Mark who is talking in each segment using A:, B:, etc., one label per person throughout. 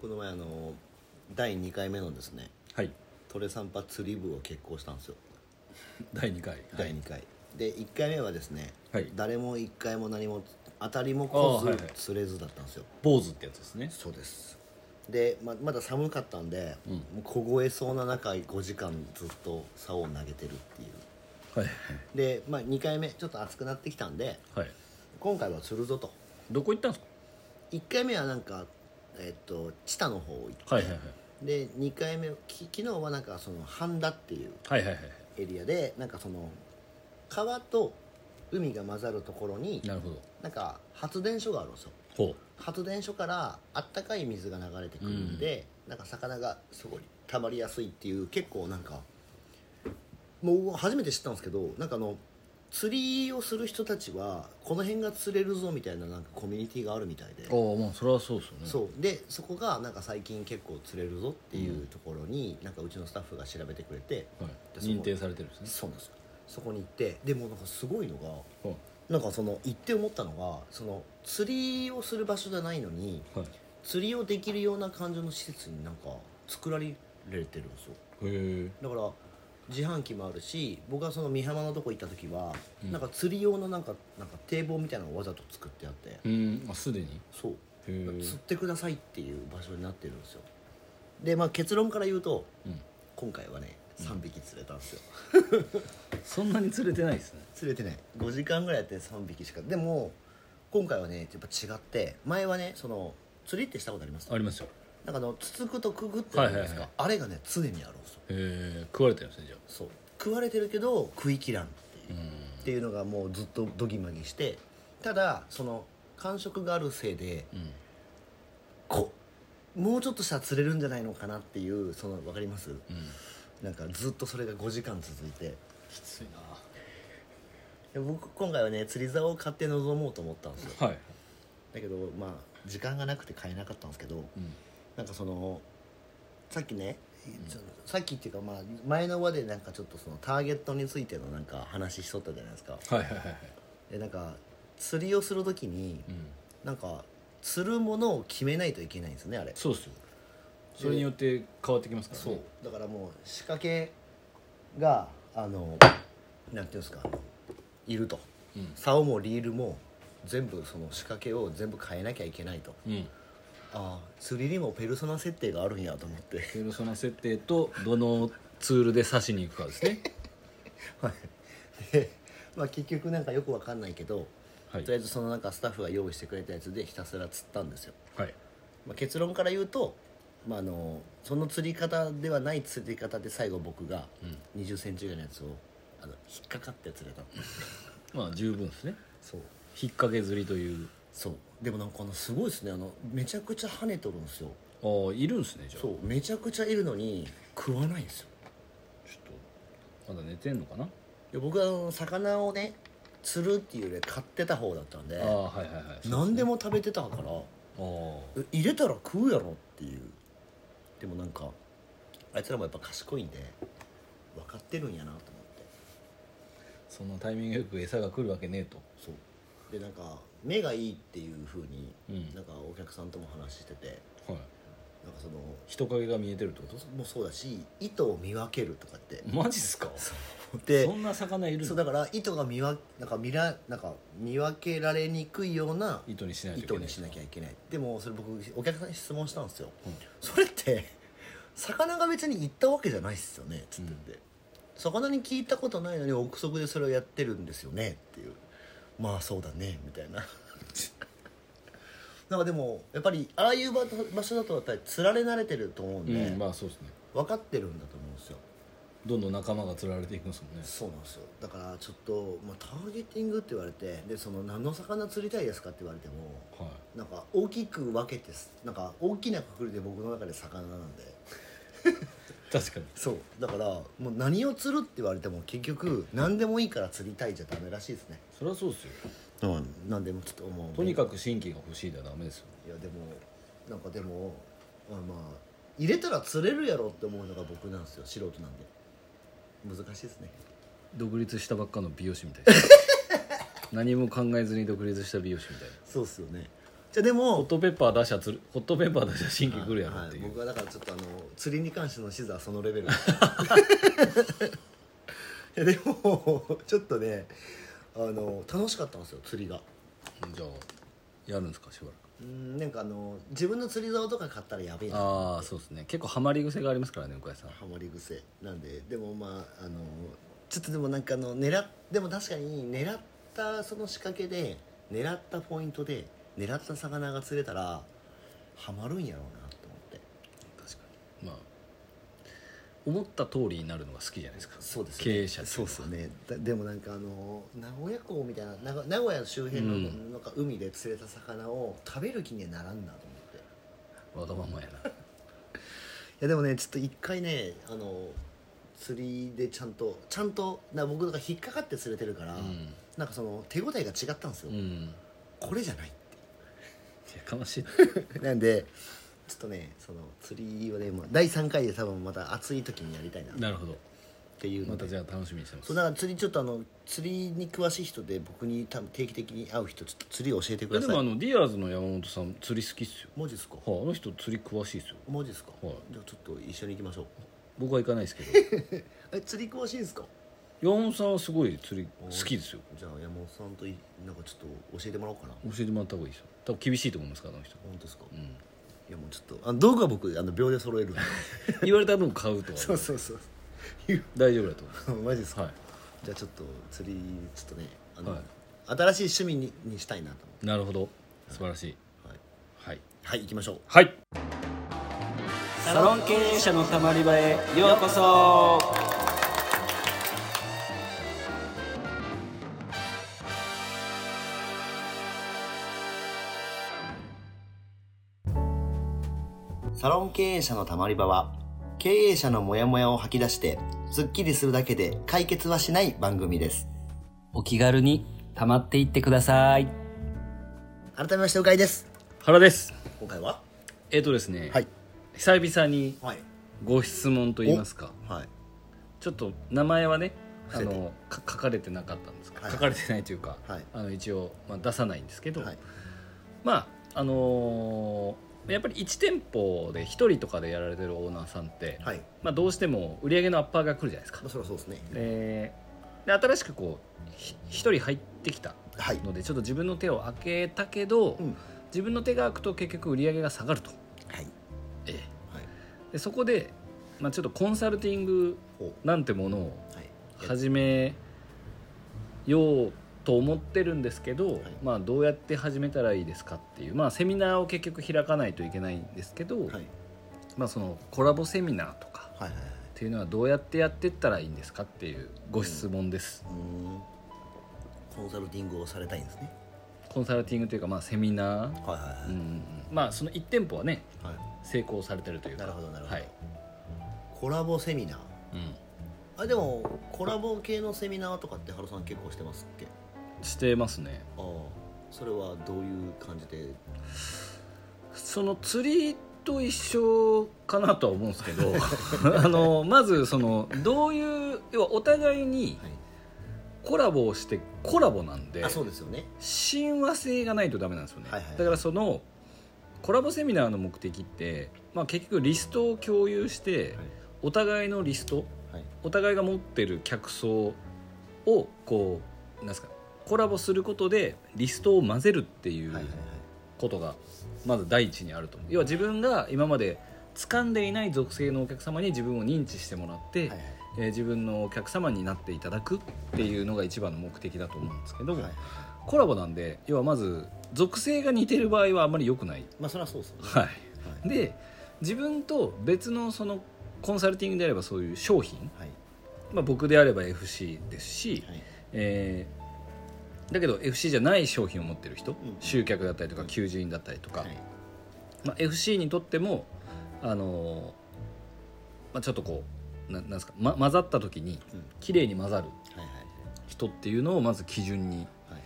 A: この前あの第2回目のですね
B: はい
A: トレサンパ釣り部を決行したんですよ
B: 第2回
A: 第2回、で1回目はですね、
B: はい
A: 誰も1回も何も当たりもこず、
B: あーはいはい
A: 釣れずだったんですよ
B: 坊主ってやつですね
A: そうですでままだ寒かったんで、もう凍えそうな中5時間ずっと竿を投げてるっていう
B: はい
A: で、まあ、2回目ちょっと暑くなってきたんで
B: はい
A: 今回は釣るぞと
B: どこ行ったんです
A: 1回目はなんかえっと知多の方行って、
B: かはいはい
A: で2回目き昨日はなんかその半田っていう
B: はいはいはいはいは
A: エリアでなんかその川と海が混ざるところに
B: いなるほど
A: なんか発電所があるんですよ
B: ほ
A: 発電所からあったかい水が流れてくるんで、なんか魚がすごい溜まりやすいっていう結構なんかもう初めて知ったんですけどなんかあの釣りをする人たちはこの辺が釣れるぞみたいななんかコミュニティがあるみたいで
B: うああまあそれはそうですよね
A: そうでそこがなんか最近結構釣れるぞっていうところに、なんかうちのスタッフが調べてくれて、
B: はい
A: でそこ
B: 認定されてるんですね
A: そうなんですよそこに行ってでもなんかすごいのが
B: は
A: なんかその行って思ったのがその釣りをする場所じゃないのに
B: いは
A: 釣りをできるような感じの施設になんか作られてるんですよ
B: いへえ
A: だから自販機もあるし僕はその美浜のとこ行った時は、なんか釣り用のなんかなんか堤防みたいなのをわざと作ってあって、
B: うんあすでに
A: そう
B: へえ
A: 釣ってくださいっていう場所になってるんですよでまあ結論から言うと
B: うん
A: 今回はね3匹釣れたんですよ、
B: そんなに釣れてないですね
A: 釣れてない5時間ぐらいやって3匹しかでも今回はねやっぱ違って前はねその釣りってしたことあります
B: ありますよ
A: なんかあのつつくとくぐってあるじゃないですか、
B: はい
A: あれがね常にあるんですよ
B: へえ食われてるんですねじゃあ
A: そう食われてるけど食い切らんっていう,、
B: うん
A: っていうのがもうずっとドギマギしてただその感触があるせいで、
B: うん
A: こうもうちょっとしたら釣れるんじゃないのかなっていうその分かります、
B: うん
A: なんかずっとそれが5時間続いて
B: きついな
A: で僕今回はね釣り竿を買って臨もうと思ったんですよ
B: はい
A: だけどまあ時間がなくて買えなかったんですけど
B: うん
A: なんかそのさっきね、ちょさっきっていうかまあ前の話でなんかちょっとそのターゲットについてのなんか話しとったじゃないですか
B: はいはいはいはい
A: でなんか釣りをする時に
B: うん
A: なんか釣るものを決めないといけないんですねあれ
B: そうっすよそれによって変わってきますからね
A: そうだからもう仕掛けがあのなんていうんですかあのいると、
B: うん
A: 竿もリールも全部その仕掛けを全部変えなきゃいけないと
B: うん
A: ああ釣りにもペルソナ設定があるんやと思って
B: ペルソナ設定とどのツールで刺しに行くかですね
A: はいで、まあ、結局なんかよくわかんないけど、
B: はい
A: とりあえずそのなんかスタッフが用意してくれたやつでひたすら釣ったんですよ、
B: はい
A: まあ、結論から言うと、まあ、あのその釣り方ではない釣り方で最後僕が2 0ンチぐらいのやつをあの引っかかって釣 れたの
B: まあ十分ですね
A: そう
B: 引っ掛け釣りという
A: そうでもなんかあのすごいですねあのめちゃくちゃ跳ねとるんですよ
B: ああいるんですねじゃあ
A: そうめちゃくちゃいるのに食わないんですよ
B: ちょっとまだ寝てんのかない
A: や僕はあの魚をね釣るっていうより買ってた方だったんで
B: ああはいはいはいそう
A: 何でも食べてたから
B: あ
A: え入れたら食うやろっていうでもなんかあいつらもやっぱ賢いんで分かってるんやなと思って
B: あそのタイミングよく餌が来るわけねえと
A: そうでなんか目がいいっていうふうに、
B: うん
A: なんかお客さんとも話してて
B: はい
A: なんかその
B: 人影が見えてるってこと
A: もそうだし糸を見分けるとかって
B: マジっすかそ
A: で
B: んな魚いる
A: そう
B: の
A: だから糸が見わなんか見らなんか見分けられにくいような
B: 糸にしないといけ
A: 糸
B: ない
A: にしなきゃいけないでもそれ僕お客さんに質問したんですよ、それって 魚が別に行ったわけじゃないっすよねつってて、魚に聞いたことないのに憶測でそれをやってるんですよねっていうまあそうだねみたいな なんかでもやっぱりああいう場場所だとやっぱり釣られ慣れてると思うんで、
B: うんまあそうですね
A: 分かってるんだと思うんですよ
B: どんどん仲間が釣られていくんですもんね
A: そうなんですよだからちょっと、まあ、ターゲティングって言われてでその何の魚釣りたいですかって言われても
B: は
A: なんか大きく分けてすなんか大きな括りで僕の中で魚なんで
B: い確かに
A: そうだからもう何を釣るって言われても結局何でもいいから釣りたいじゃダメらしいですね
B: そりゃそうですよ
A: うんなんでもちょっと思う
B: とに
A: か
B: かく新規が欲しいではダメですよ
A: いやでもなんかでもまあまあ入れたら釣れるやろって思うのが僕なんですよ素人なんで難しいですね
B: 独立したばっ かの美容師みたいです何も考えずに独立した美容師みたいな
A: そうっすよねじゃあで
B: ホッ
A: も
B: トペッパー出したつるホットペッパー出したら神経くるやろ
A: は
B: って
A: い、
B: いう、
A: 僕はだからちょっとあの釣りに関しての資材はそのレベ ルいやでも ちょっとねあの楽しかったんですよ釣りが
B: じゃあやるんですかしばらく
A: うんなんかあの自分の釣り竿とか買ったらやべえな
B: ああそうですね結構ハマり癖がありますからね向井さん
A: ハマり癖なんででもまああのちょっとでもなんかあの狙っでも確かに狙ったその仕掛けで狙ったポイントで狙った魚が釣れたらハマるんやろうなと思って
B: 確かにまあ思った通りになるのが好きじゃないですか
A: そうですね
B: 経営者っていう
A: そう
B: のは
A: ですねだでもなんかあの名古屋港みたいな名古名古屋の周辺の、
B: うん
A: なんか海で釣れた魚を食べる気にはならんなと思ってい
B: わがままやな
A: やでもねちょっと一回ねあの釣りでちゃんとちゃんとな僕なんか引っかかって釣れてるから、
B: うん
A: なんかその手応えが違ったんですよ、
B: うんや
A: これじゃないっ
B: かましい
A: て なんでちょっとねその釣りはね、まあ、第3回で多分また暑い時にやりたいなっ
B: なるほど
A: ていうの
B: ま
A: で、
B: たじゃあ楽しみにしてま
A: そ
B: す
A: うだから釣りちょっとあの釣りに詳しい人で僕に多分定期的に会う人ちょっと釣りを教えてく
B: いや
A: だ
B: で
A: さ
B: もあ
A: い
B: のディアーズの山本さん釣り好きっすよ
A: マジっすか
B: はいあの人釣り詳しいっすよ
A: マジっすか、
B: はい
A: じゃあちょっと一緒に行きましょう
B: 僕は行かないですけど
A: え釣り詳しいんすか
B: 山本さんはすごい釣り好きですよ
A: じゃあ山本さんといなんかちょっと教えてもらおうかな
B: 教えてもらった方がいいですよ多分厳しいと思いますからあの人、
A: 本当ですか、
B: う
A: い
B: ん、
A: やもうちょっとあの道具は僕あの秒で揃えるんで
B: 言われた分買うと は
A: そうそうそう
B: 大丈夫だと思い ま
A: マジっす
B: す
A: か、
B: は
A: じゃあちょっと釣りちょっとねあの、
B: は
A: 新しい趣味ににしたいなと思
B: いなるほど素晴らしい
A: ってはい、
B: はい
A: はい、行きましょう
B: はい
C: サロン経営者のたまり場へようこそ
A: サロン経営者のたまり場は経営者のモヤモヤを吐き出してスッキリするだけで解決はしない番組です
C: お気軽にたまっていってください
A: 改めましてうかいです
B: 原です
A: 今回は
B: えっとですね、
A: はい
B: 久々に
A: はい
B: ご質問といいますか
A: はい
B: ちょっと名前はねあ
A: 伏せ
B: のか書かれてなかったんですけど
A: はい
B: 書かれてないというか、
A: はい
B: あの一応、まあ、出さないんですけど、
A: はい
B: まああのーやっぱり1店舗で1人とかでやられてるオーナーさんって、
A: はい
B: まあ、どうしても売り上げのアッパーが来るじゃないですか
A: まあ、そりゃそうですね
B: でで新しくこうひ1人入ってきた
A: はい
B: のでちょっと自分の手を開けたけど、
A: うん
B: 自分の手が開くと結局売り上げが下がると、
A: はい
B: ええ
A: はい
B: でそこで、まあ、ちょっとコンサルティング
A: ほ
B: なんてものを
A: うはい
B: 始めようと思ってるんですけど、まあ、どうやって始めたらいいですかっていう、まあ、セミナーを結局開かないといけないんですけど、
A: はいはい
B: まあ、そのコラボセミナーとか
A: はいはい
B: っていうのはどうやってやってったらいいんですかっていうご質問です、
A: うーんコンサルティングをされたいんですね
B: コンサルティングというか、まあ、セミナー、
A: はいはい
B: うんうんうんまあその1店舗はね
A: はい、
B: 成功されてるというか
A: なるほどなるほど
B: はい
A: コラボセミナー
B: うん、
A: あでもコラボ系のセミナーとかってハロさん結構してますっけ
B: してますね
A: ああそれはどういう感じで
B: その釣りと一緒かなとは思うんです けどあのまずそのどういう要はお互いに
A: はい
B: コラボをしてコラボなんで
A: あそうですよね
B: 親和性がないとダメなんですよね、
A: はいはいはい
B: だからそのコラボセミナーの目的って、まあ、結局リストを共有して、お互いのリスト
A: はい
B: お互いが持ってる客層をこうなんですかコラボすることでリストを混ぜるっていう
A: はいはいはい
B: ことがまず第一にあると思う要は自分が今まで掴んでいない属性のお客様に自分を認知してもらって、
A: はいはい
B: えー自分のお客様になっていただくっていうのが一番の目的だと思うんですけど、
A: はい
B: コラボなんで要はまず属性が似てる場合はあんまり良くない、
A: まあそれはそうですよね
B: は、
A: はい
B: で自分と別のそのコンサルティングであればそういう商品、
A: はい
B: まあ、僕であれば FC ですし、
A: はい
B: えーだけど FC じゃない商品を持ってる人、
A: ん
B: 集客だったりとか求人だったりとか、
A: はい
B: まあ、FC にとっても、あのーまあ、ちょっとこうななんですか、ま、混ざった時に
A: うん
B: 綺麗に混ざる
A: はいはい
B: 人っていうのをまず基準に
A: は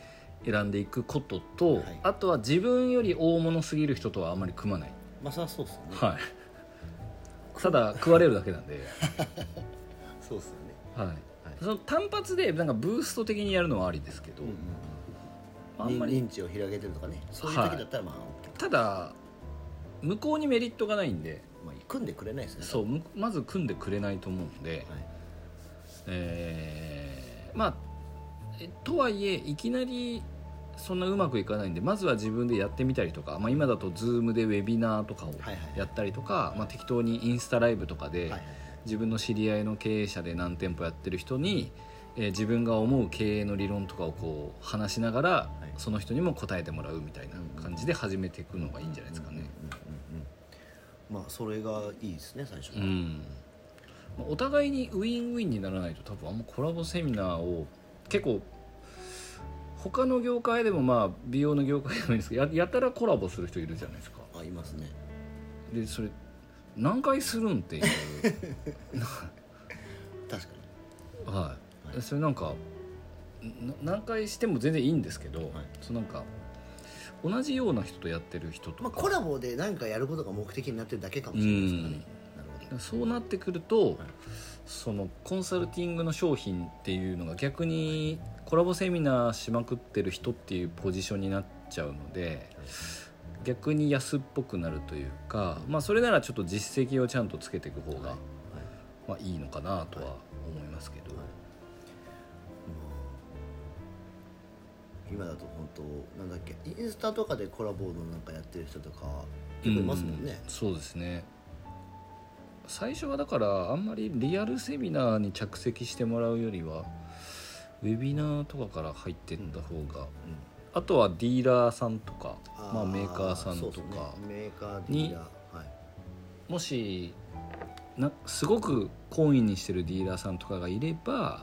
A: い
B: 選んでいくことと、
A: はい
B: あとは自分より大物すぎる人とはあまり組まない、
A: まあそれはそうですよね
B: はい、ただ食われるだけなんで、
A: そうですよね
B: はいその単発でなんかブースト的にやるのはありですけど、
A: うんうん
B: あんまり
A: 認知を広げてるとかねそういう時だったらまあ OK
B: ただ向こうにメリットがないんで
A: まあ、組んでくれないですね
B: そうむまず組んでくれないと思うんで、
A: はい
B: えーまあえとはいえいきなりそんなうまくいかないんでまずは自分でやってみたりとか、まあ、今だと Zoom でウェビナーとかを
A: はいはい
B: やったりとか、まあ、適当にインスタライブとかで、
A: はいはい
B: 自分の知り合いの経営者で何店舗やってる人に、えー自分が思う経営の理論とかをこう話しながら、
A: い
B: その人にも答えてもらうみたいな感じで始めていくのがいいんじゃないですかね。
A: まあそれがいいですね最初
B: うんまあお互いにウィンウィンにならないと多分あんまコラボセミナーを結構他の業界でもまあ美容の業界でもいいんですけどややたらコラボする人いるじゃないですか
A: あいますね
B: でそれ何回するんっていう
A: 確か
B: はい、
A: はい
B: それなんかな何回しても全然いいんですけど、
A: はい
B: そのなんか同じような人とやってる人と
A: に
B: か、
A: まあコラボで何かやることが目的になってるだけかもしれないですからねなるほど
B: そうなってくると、そのコンサルティングの商品っていうのが逆にコラボセミナーしまくってる人っていうポジションになっちゃうので逆に安っぽくなるというか、まあ、それならちょっと実績をちゃんとつけていく方が、
A: はいはい
B: まあ、いいのかなとは思いますけど、
A: 今だと本当なんだっけインスタとかでコラボのなんかやってる人とか結構いますもんね
B: う、そうですね最初はだからあんまりリアルセミナーに着席してもらうよりはウェビナーとかから入ってった方が、
A: うん
B: あとはディーラーさんとか
A: あ
B: まあ、メーカーさんと
A: そう、です
B: か
A: ね、メーカーディーラーはい
B: もしなすごく懇意にしてるディーラーさんとかがいれば、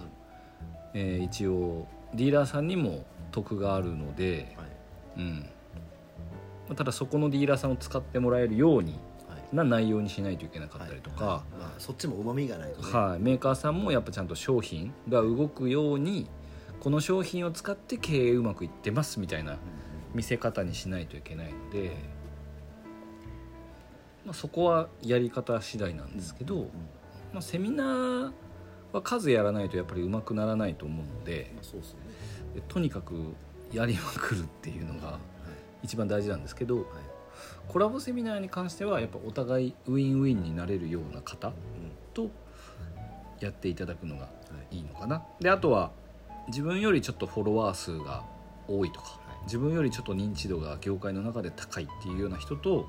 B: えー一応ディーラーさんにも得があるので、
A: はい
B: うんまあただそこのディーラーさんを使ってもらえるように
A: はい
B: な内容にしないといけなかったりとか。
A: はいまあ、そっちもうまみがないとね、
B: はい、メーカーさんもやっぱちゃんと商品が動くようにこの商品を使って経営うまくいってますみたいな見せ方にしないといけないので、まあ、そこはやり方次第なんですけど、まあ、セミナーは数やらないとやっぱりうまくならないと思うので
A: まあ、そうですよね
B: でとにかくやりまくるっていうのが一番大事なんですけど
A: はいはい
B: コラボセミナーに関してはやっぱお互いウィンウィンになれるような方とやっていただくのが
A: うんはい
B: いいのかなであとは自分よりちょっとフォロワー数が多いとか、
A: はい
B: 自分よりちょっと認知度が業界の中で高いっていうような人と、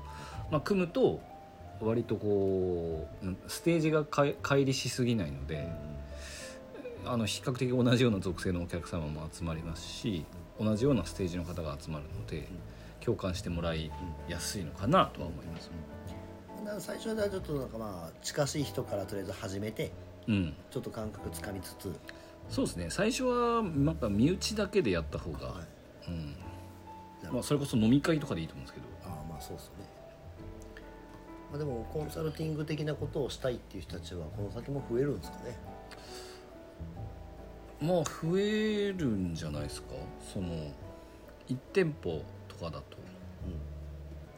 B: まあ、組むと割とこううんステージがかい乖離しすぎないので、あの比較的同じような属性のお客様も集まりますし同じようなステージの方が集まるので、共感してもらいやすいのかなとは思います。
A: うんだから最初はちょっとなんかまあ近しい人からとりあえず始めて
B: うん
A: ちょっと感覚つかみつつ、
B: そうですね最初はなんか身内だけでやった方が、
A: はい
B: うん
A: なるほど
B: まあ、それこそ飲み会とかでいいと思うんですけど
A: ああまあそうですよね、まあ、でもコンサルティング的なことをしたいっていう人たちはこの先も増えるんですかね
B: まあ増えるんじゃないですかその1店舗とかだと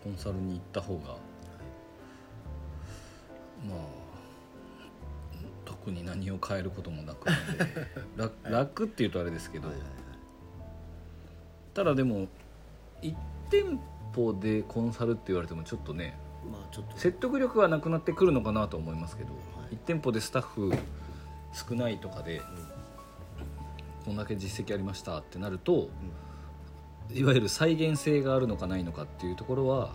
B: コンサルに行った方が、まあ特に何を変えることもなくなので楽,、楽っていうとあれですけど、ただでも1店舗でコンサルって言われてもちょっとね
A: まあちょっと
B: 説得力はなくなってくるのかなと思いますけど、
A: い
B: 1店舗でスタッフ少ないとかで、こんだけ実績ありましたってなると、いわゆる再現性があるのかないのかっていうところは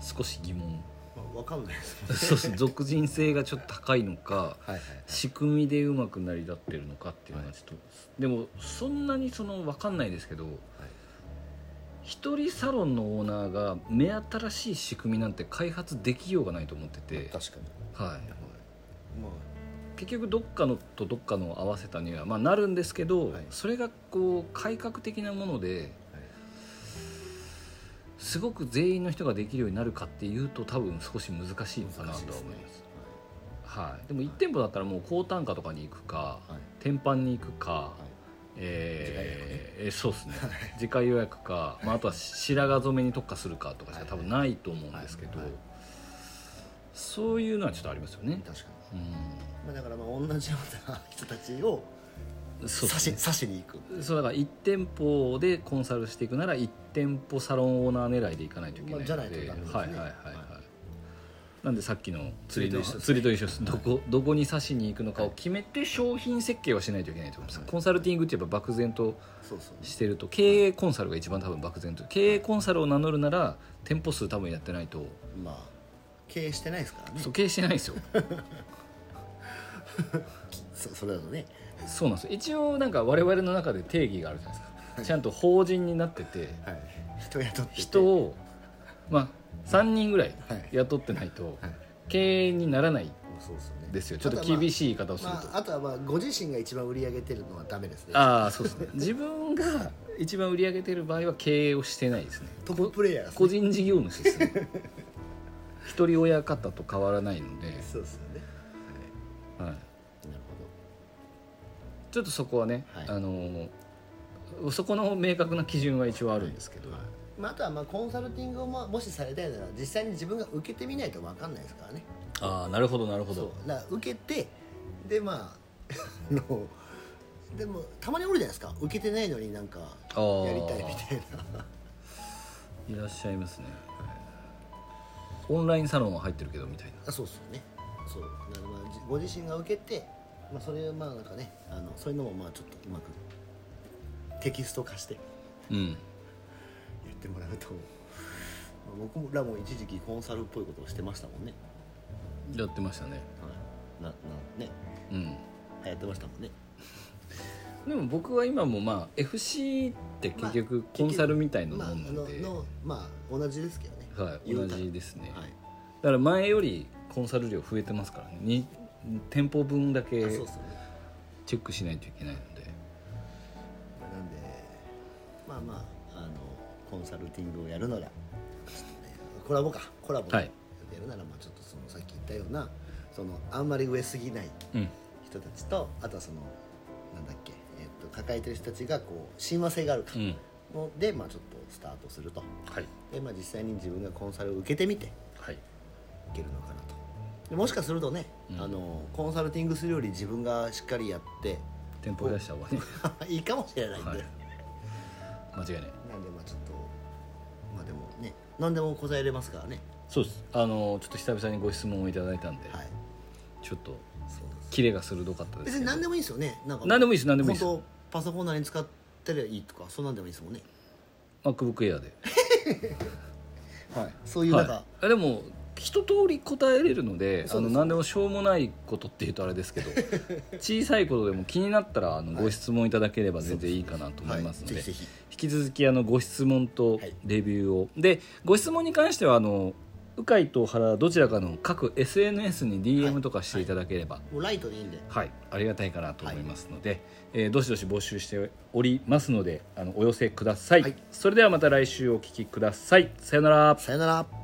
B: 少し疑問
A: まあ、わかんないですもんね
B: そうそう俗人性がちょっと高いのか
A: はいはい
B: 仕組みでうまく成り立ってるのかっていうのはちょっと、でもそんなにその分かんないですけど一人サロンのオーナーが目新しい仕組みなんて開発できようがないと思ってて、
A: 確かに
B: はい、
A: ま
B: 結局どっかのとどっかのを合わせたには、まあ、なるんですけど、
A: はい
B: それがこう改革的なもので
A: あ、
B: すごく全員の人ができるようになるかっていうと多分少し難しいのかなとは思いますはい、でも1店舗だったらもう高単価とかに行くか、
A: はい
B: 天板に行くか、
A: はい
B: えーえーそうですね自家予約か、まあ、あとは白髪染めに特化するかとかしか多分ないと思うんですけ
A: は
B: ど、
A: いはい
B: そういうのはちょっとありますよね。
A: 確かに
B: うん
A: まあ、だからまあ同じような人たちを
B: そう
A: 刺
B: です
A: し
B: ね
A: 刺しに行く
B: そうだから1店舗でコンサルしていくなら1店舗サロンオーナー狙いでいかないといけないの
A: まあ
B: で、
A: じゃないとダメですね
B: はいはいはいはい、
A: は
B: なんでさっきの釣りの
A: 釣りと一緒ですね
B: 釣りと一緒です、どこどこに刺しに行くのかを決めて商品設計はしないといけないと思います、
A: はい
B: コンサルティングってやっぱ漠然と
A: そうそう
B: してると経営コンサルが一番多分漠然と経営コンサルを名乗るなら店舗数多分やってないと
A: まあ経営してないですからね
B: そう経営してないんですよ
A: そそれだとね
B: そうなんですよ一応なんか我々の中で定義があるじゃないですかちゃんと法人になってて
A: はい人雇ってて
B: 人をまあ3人ぐらい
A: はい
B: 雇ってないと
A: はい
B: 経営にならない
A: そうですよね
B: ですよちょっと厳
A: い
B: しい言い方をする
A: まあ
B: と
A: まあ、あとはまあご自身が一番売り上げてるのはダメですね
B: ああそ うですね自分が一番売り上げてる場合は経営をしてないですね
A: トッププレイヤーです
B: 個
A: ね
B: 人事業主で すね一人親方と変わらないので、
A: そうですよね
B: はい、
A: はいなるほ
B: ちょっとそこはね、
A: はい
B: あのーそこの明確な基準は一応あ
A: ど
B: るんですけど、
A: はいまあ、あとはまあコンサルティングをまあもしされたいなら実際に自分が受けてみないと分かんないですからね
B: ああなるほどなるほ
A: そうだから受けてでまあ あのでもたまにおるじゃないですか受けてないのになんか
B: あー
A: やりたいみたいない
B: らっしゃいますねオンラインサロンは入ってるけどみたいな
A: あそうっすよねそうだからまあじご自身が受けて、まあ、それをまあなんかねあのそういうのもまあちょっとうまくテキスト化して
B: うん
A: やってもらうと、まあ僕らも一時期コンサルっぽいことをしてましたもんね、
B: やってましたね
A: はい、ななね
B: うん
A: 流行ってましたもんね
B: でも僕は今もまあ FC って結局
A: まあ
B: コンサルみたいなもんなんで、
A: まああののまあ同じですけどね
B: はい、
A: 言
B: 同
A: うたら
B: じですね、
A: はい
B: だから前よりコンサル料増えてますからねに店舗分だけ
A: あそうっすよね
B: チェックしないといけないので
A: なんでまあまああのコンサルティングをやるなら、ちょっとねコラボかコラボで
B: は
A: や
B: い
A: るなら、まあちょっとそのさっき言ったようなそのあんまり上すぎない
B: うん
A: 人たちとあとはそのなんだっけ、えっと抱えてる人たちがこう親和性があるか
B: うん
A: ので、まあちょっとスタートすると
B: はい
A: で、まあ、実際に自分がコンサルを受けてみてい
B: はい
A: けるのかなとでもしかするとね、
B: うん
A: あのコンサルティングするより自分がしっかりやって
B: 店舗増やした方がね
A: いいかもしれないんで、
B: はい間違いな
A: な
B: い
A: んでまあちょっとまあでもね何でも答えれますからね
B: そうですあのちょっと久々にご質問をいただいたんで、
A: はい
B: ちょっと
A: そうなんです
B: キレが鋭かったです
A: 別に何で
B: も
A: もいいですよねなんか
B: 何でもいいです何でもいいです
A: 本当パソコン何使ってりゃいいとかそんなんでもいいですもんね
B: MacBook Air で
A: はいそういうなんか、
B: はい、でも一通り答えれるので
A: そ
B: あ
A: うで
B: の
A: す
B: 何でもしょうもないことっていうとあれ ですけど小さいことでも気になったらあのご質問いただければ全然いいかなと思いますので、
A: はいぜひぜ
B: 引き続きあのご質問と
A: はい
B: レビューを、でご質問に関してはあの鵜飼と原どちらかの各 SNS に DM とかしていただければ、
A: ひもうライトでいいんで
B: はい、ありがたいかなと思いますので、えーどしどし募集しておりますのであのお寄せください、
A: はい
B: それではまた来週お聞きくださいさよなら
A: さよなら